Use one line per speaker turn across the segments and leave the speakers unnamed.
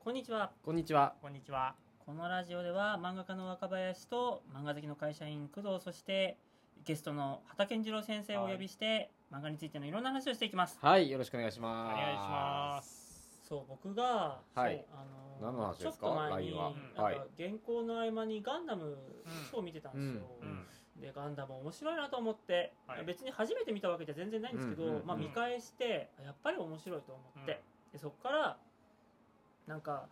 こんにちは。
こんにちは。
こんにちは。
このラジオでは漫画家の若林と漫画好きの会社員工藤、そしてゲストの畑健次郎先生をお呼びして、漫画についてのいろんな話をしていきます。
はい、よろしくお願いし
お
ます。
願いします。
そう、僕が、
はい
あの
何の話ですか
ちょっと前に、
LINE は
なん
はい
か原稿の合間にガンダムを見てたんですよ。
うん
うん。
でガンダム面白いなと思って、
はい
別に初めて見たわけじゃ全然ないんですけど、
うんうんうん
まあ、見返してやっぱり面白いと思って、でそこからなんか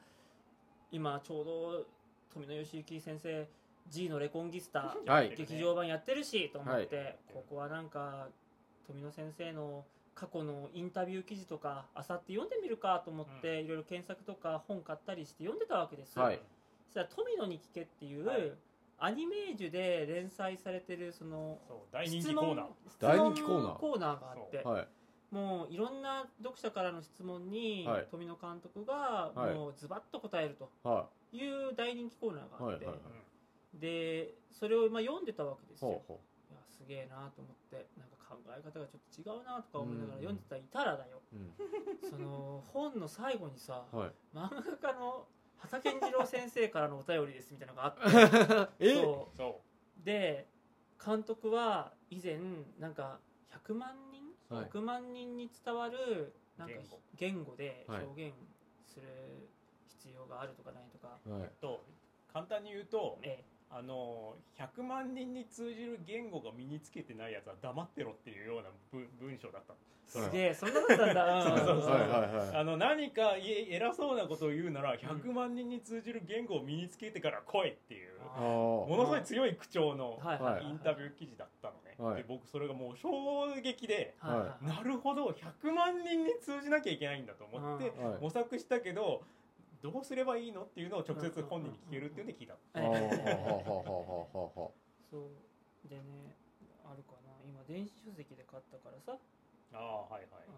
今ちょうど富野義行先生 G のレコンギス タ
はい
劇場版やってるしと思って、
はい
ここはなんか富野先生の過去のインタビュー記事とかあさって読んでみるかと思って、いろいろ検索とか本買ったりして読んでたわけです、
はい
そしたら富野に聞けっていう、
はい
アニメージュで連載されてるその
そう、大人気コーナー。
質問
大人気コーナー
コーナーがあって、
はい。
もういろんな読者からの質問に、
はい
富野監督が
はい
もうズバッと答えると
は
いう大人気コーナーがあって、
はいはい
でそれをまあ読んでたわけで
い。
すよ
ほうほ
いやすげえなと思ってなんか考え方がちょっと違うなとか思いながら読んでたいたら だよ
う。うん。
その本の最後にさ、
はい。
漫画家の畑健次郎先生からのお便りですみたいなのがあって
え
そう
そ
で監督は以前なんか100万人、
はい
100万人に伝わるなんか
言語
言語で
はい
表現する必要があるとかないとか、
はい。
う。と、簡単に言うと、
え
あの、100万人に通じる言語が身につけてないやつは黙ってろっていうような文文章だったの。
えすげえそんなことなん だ
そうそうそう
はい
ん
はいは
あの、何かえ偉そうなことを言うなら、100万人に通じる言語を身につけてから来いっていう、
い。
あ
あ
ものすごい強い口調の
はいはいはい
インタビュー記事だったのね。
はい
で、僕それがもう衝撃で、
はい
はいはい
なるほど100万人に通じなきゃいけないんだと思って
あ。はい。
模索したけどどうすればいいのっていうのを直接本人に聞けるっていうんで聞いた
ああ、はははははは。
そうでねあるかな今電子書籍で買ったからさ、
ああはいはい
あの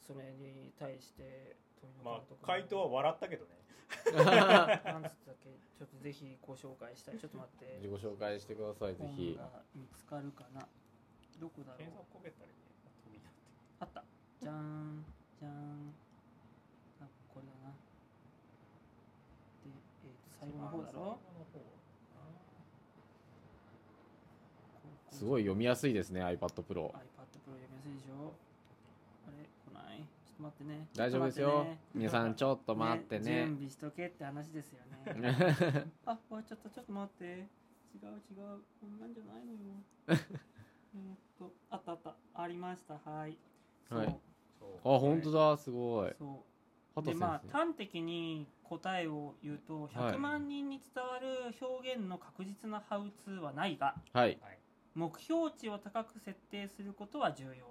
それに対して富野
ま
監
あ
督の
回答は笑ったけどね
なんつったっけちょっとぜひご紹介したいちょっと待って
自己紹介してください、ぜ
本
ひ。
が見つかるかなどこだろう
検索こけたらね飛び出て
あったじゃーんじゃーんあこれだなで、えー、と最後の方だろ
すご
い
い読みやすいですね、
iPad。
iPad Pro
Pro 読みやすいでしょあれ来ないちょっと待ってね
大丈夫です
ちょっ
よ
と待ってね。
皆さん、ちょっと待ってね
準。備しとけって話ですよ ね
は
あ終わっちゃったちょっと待って違う違うこんなんじゃないのよ えーっとあったあったありましたはいそう
はいあ、
そう
本当だ、すごい。
そう
ハト
で
先
まあ
生。
端的に答えを言うと
はい
100万人に伝わる表現の確実なハウツーはないが
はい。
目標値を高く設定することは重要だと
う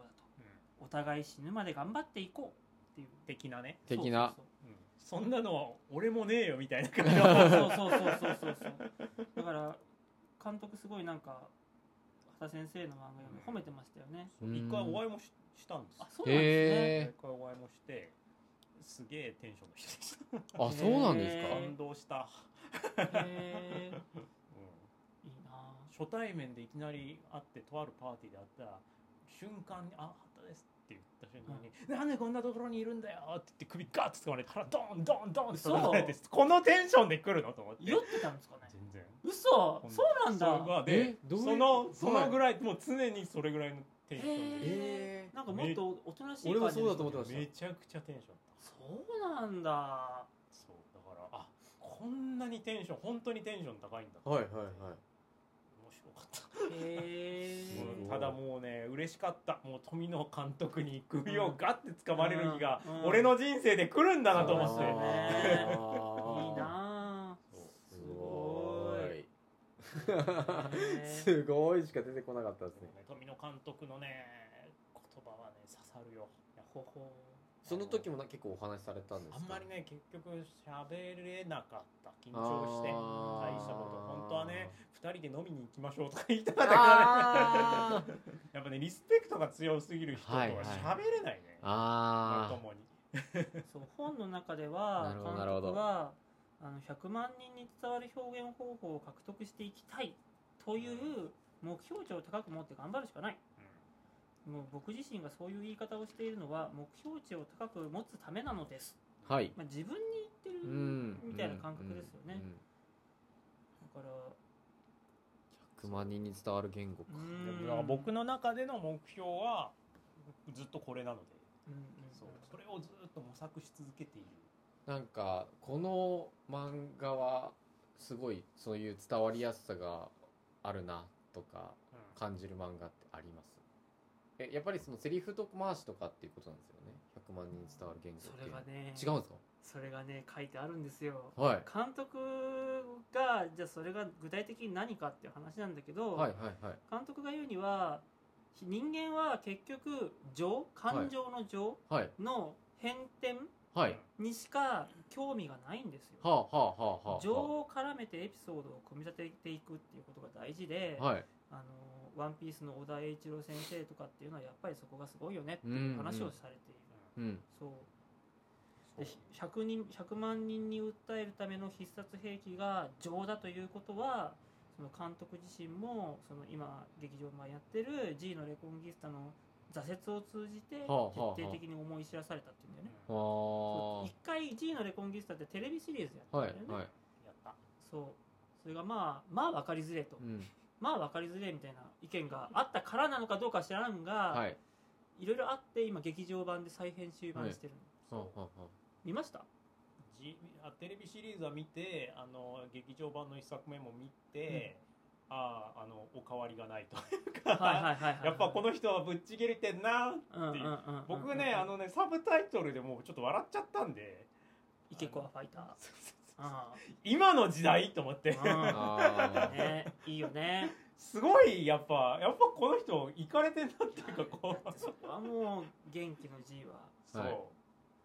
ん
お互い死ぬまで頑張っていこうっていう
的なね
的な。
うんそんなのは俺もねえよみたいな 感じ
そう
の
そうそうそうそうそうそうそうだから監督すごいなんか畑先生の漫画読み褒めてましたよね
うん
一回お会いもししたんです
あそうなんですね
へ
一回お会いもしてすげえテンションの人でし
あ、そうなんです
た
か
へー
感動した
へえ
うん
いいなあ
初対面でいきなり会ってとあるパーティーで会った瞬間に「あ畑です」って言った瞬間に「なんでこんなところにいるんだよ」って言って首ガッと掴まれて腹ドンドンドンって
そう
叩かれてこのテンションで来るのと思って
酔ってたんですかね
全然
嘘そうなん
それ
だ
がで
どういう
そのそのぐらい、もう常にそれぐらいのテンションで、
へえ
え
なんかもっとおとなしい
俺
感じ
もそうだと思ってました
めちゃくちゃテンションだった
そうなんだ
そうだからあこんなにテンション本当にテンション高いんだ
はいはいはい。
面白かった
へ
すごい
え
ただもうね嬉しかったもう富野監督に首をガッて掴まれる日が
うんうん
俺の人生で来るんだなと思っ
そうです
て
ねいい
い
なあ
すご
す
い。
へえ
すごいしか出てこなかったですね。
富野監督のね言葉はね刺さるよいや
ほほ
その時もな結構お話しされたんです
あ
か。
んまりね結局喋れなかった緊張して
あー
大したこと本当はね。2人で飲みに行きましょうとか言いたかったけどね
あー
やっぱねリスペクトが強すぎる人とは
はいはい
喋れないね、まと
あ
もに
そう本の中では
なる
監
ほどなるほど
督はあの100万人に伝わる表現方法を獲得していきたいという目標値を高く持って頑張るしかないもう僕自身がそういう言い方をしているのは目標値を高く持つためなのです
ー。はい。
まあ、自分に言って
うん
みたいな感覚ですよね、
うんうん
だから
100万人に伝わる言語か
うん
でもだから僕の中での目標はずっとこれなので、
うんうん
そうそれをずっと模索し続けている
なんかこの漫画はすごいそういう伝わりやすさがあるなとか
う
感じる漫画ってありますえやっぱりそのセリフと回しとかっていうことなんですよね100万人に伝わる言語って
それがね
違うんです
それがね書いてあるんですよ
か、はい、
監督がじゃあそれが具体的に何かっていう話なんだけど、
はいはいはい
監督が言うには人間は結局情感情の情
はい
の変転
はい
うん
にしか興味がないんですよ、
はあはあはあはあ
情を絡めてエピソードを組み立てていくっていうことが大事で、
はい
あのワンピースの小田栄一郎先生とかっていうのはやっぱりそこがすごいよねって
うん
いううん話をされている、
うん
そうで100人100万人に訴えるための必殺兵器が情だということはその監督自身もその今劇場前やってる G のレコンギスタの挫折を通じて徹
はあはあはあ
底的に思い知らされたっていうんだよね
あ
うん
そう
ー
一回 G のレコンギスタってテレビシリーズやっ
は
て
い
たんだよね、
はい
やった
そうそれがまあまあ分かりづれえと、
うん
まあ分かりづれえみたいな意見があったからなのかどうか知らんが、
はい
い、ろいろあって今劇場版で再編集版してるの、
はあはあは
見ました、
じあテレビシリーズは見てあの劇場版の一作目も見て、あああのお変わりがないというか、
はいはいはいはい、
やっぱこの人はぶっちぎれてんな
の
っていう僕ねあのねサブタイトルでもうちょっと笑っちゃったんで
池子はファイター
そうそうそう
あ
今の時代と思って
ああ
あ
ねいいよね
すごいやっぱやっぱこの人いかれてんなっていうか
だ
こ
っ
う
てそこはもう元気の G は
そう、
はい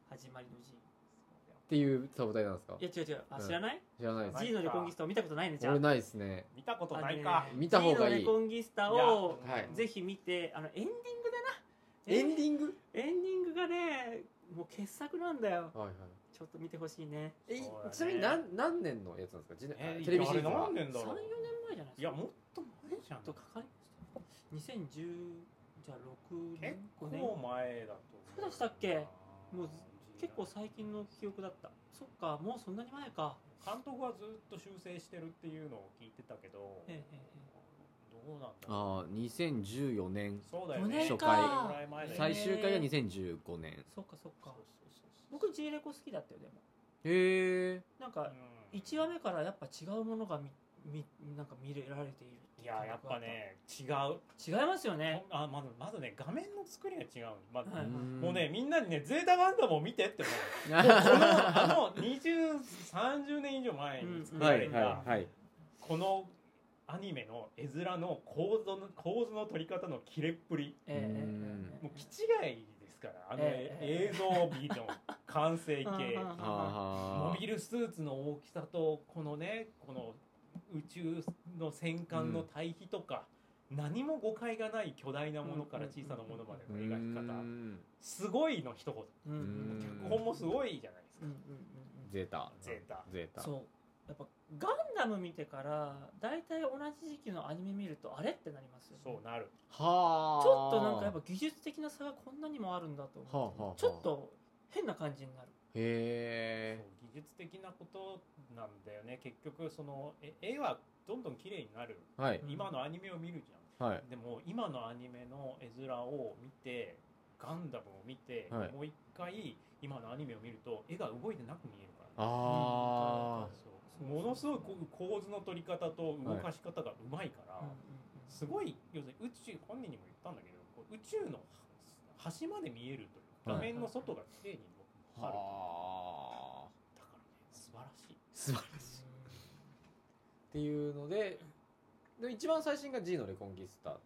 始まりの G
っていうサブタイなんですか
いや違う違うあ
うん
知らない、
知らないです
はい
G のレコンギスタを見たことないねじゃあ
俺ないですね
見たこと
あの
な
ね
いか、
見た方がいい
G のレコンギスタを
いやはい
ぜひ見てあのエンディングだな
エンディング
エンディングがねもう傑作なんだよ
はいはい
ちょっと見てほしいね
え、
そうだね
ちなみに何何年のやつなんですかじね
えー
テレビシリーズ
いやあれ
は
何
34
年だ
年
ろう
前じゃない
い
です
や
か
もっと前じゃん
っとかかりましたよ2010じゃあ6
結
年
構
5年
前だと思
そうでしたっけもう結構最近の記憶だったそっかもうそんなに前か
監督はずっと修正してるっていうのを聞いてたけど、
えええ
どうなんだろう
ああ2014年
そうだよね
去年か
それぐらい前だよね
最終回が2015年
えそっかそっか
そうそうそうそう
僕 G レコ好きだったよでも
へえ
なんか
うん
1話目からやっぱ違うものがみみなんか見れられているって
いう
感
や
覚
や
があ
っぱね違う
違いますよね
あまずまずね画面の作りが違うまず、
はいはい
も うねみんなにね「ゼータガンダム」を見てって思うこの
は
あの2030年以上前に作
い
ら
は
れ
い
た、
はい
このアニメの絵面の構造の構図の取り方の切れっぷり
ええええ
うん
ええ
もう気違いですからあの
ええ
映像美の完成
うんうん
形
うん
あ
モビルスーツの大きさとこのねこの宇宙の戦艦の対比とか、何も誤解がない巨大なものから小さなものまでの描き方、すごいの一言
うんうんうん
うん
脚本もすごいじゃないです
う
か
んうんうんうん
ゼータ
ゼータ
ゼータ
そうやっぱガンダム見てから大体同じ時期のアニメ見るとあれってなりますよね、
そうなる
はあ
ちょっとなんかやっぱ技術的な差がこんなにもあるんだと思って、
はあはあはあ
ちょっと変な感じになる
へえ
そう技術的なことなんだよね結局そのえ絵はどんどん綺麗になる
はい
うん
今のアニメを見るじゃ
はい
んでも今のアニメの絵面を見てガンダムを見て、
はい
もう一回今のアニメを見ると絵が動いてなく見えるから
あ
そうものすごいこう構図の取り方と動かし方がうまいから、
うんうん
すごい要するに宇宙本人にも言ったんだけどこう宇宙の端まで見えるという
はい
画面の外が綺麗に
あ
分かる、
はあ
だからね素晴らしい
素晴らしいっていうのでで一番最新が G のレコンギスタで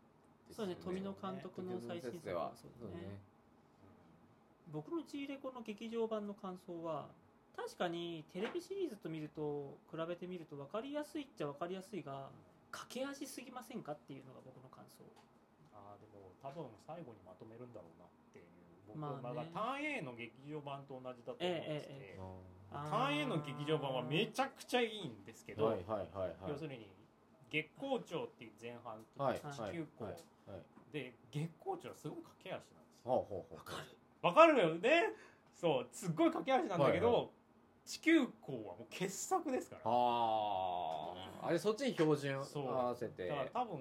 す
そ
よ
うね富野監督の最新作
では
そうだね僕の G レコの劇場版の感想は確かにテレビシリーズと見ると比べてみると分かりやすいっちゃ分かりやすいが駆け足すぎませんかっていうのが僕の感想
あーでも多分最後にまとめるんだろうなっていう僕
まあ
は、
ね
まあターン A の劇場版と同じだと思ってて、
え
は
ターン A の劇場版はめちゃくちゃいいんですけど、
いはいはいはい
要するに月光町っていう前半と
はい
地球
は
光、
いはい
で月光町はすごい駆け足なんですよ
ほうほうほう
分かる
わかるよねそうすっごい駆け足なんだけど、
はいは
地球校はもう傑作ですから
あああれそっちに標準
そう
合わせて
だから多分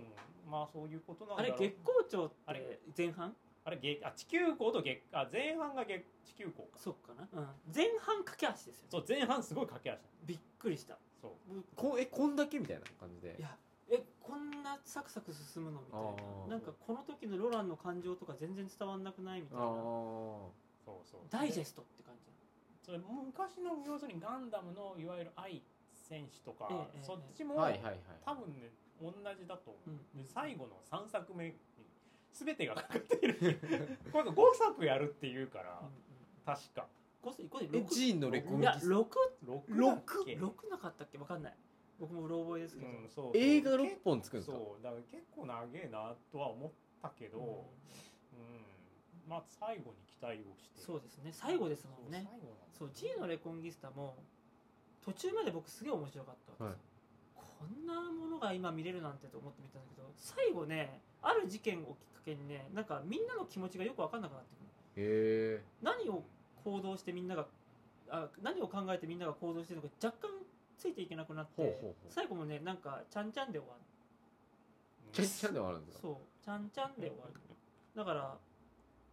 まあそういうことなん
あ
だろ
れ
う
月光町っ
あ
て
れ
前半
あれ月あ地球校と月あ前半が月地球校か
そうかな、うん、前半駆け足ですよ
そう前半すごい駆け足だ
びっくりした
そう
僕
こんえこんだけみたいな感じで
いやえこんなサクサク進むのみたい
あー
ななんかこの時のロランの感情とか全然伝わんなくないみたい
あ
な
ー
そうそう
ダイジェス
ス
トって感じ
それもう昔の要するにガンダムのいわゆる愛選手とか、
ええええ
そっちも、
はいはいはい
多分ね同じだと思う、
うん
で最後の3作目に全てがかかってい る今度5作やるっていうから、確か
5歳5歳
えジーンのレコ
い
メ
や
ディ
6
6だっけ
6 6なかったっけわかんない僕もうろ覚えですけど、
うん、そう
映画6本作るんですか
そうだから結構長えなとは思ったけど、うんまあ最後に期待をして
そうですね最後ですもんね
そ
そ
う最後なんだ
う「G のレコンギスタ」も途中まで僕すげえ面白かったわけですよ、こんなものが今見れるなんてと思って見たんだけど最後ねある事件をきっかけにねなんかみんなの気持ちがよく分かんなくなってくる
へえ
何を行動してみんながあ何を考えてみんなが行動してるのか若干ついていけなくなって
ほうほうほう
最後もねなんかちゃんちゃんで終わる
キャッチャーではあるんですか
そうちゃんちゃんで終わるだから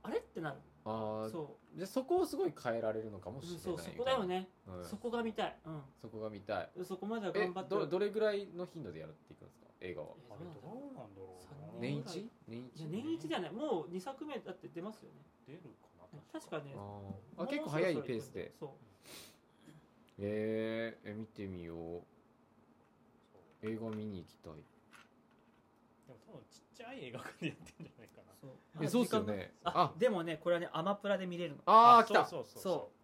あれってなる
ああ
そ
じゃあそこをすごい変えられるのかも
ううん
しれない
そうそこだよね、
うん
そこが見たい、う
そこが見たい
ん、そこまでは
え
頑張って
どどれぐらいの頻度でやっていくんですか映画は
え
あれどうなんだろうな
三
年
年
一年
い
一
や年一ではないもう2作目だって出ますよね
出るかな
確かね
あー
も
あ
う
結構早いペースで
そう
えー、え見てみよう
そう
映画見に行きたい
でも多分ちっちゃい映画館でやってんじゃないかな
そう
えそうっすよね
あ
あ
でもねこれはねアマプラで見れるの
ああー来
そう
た
そうそう
そ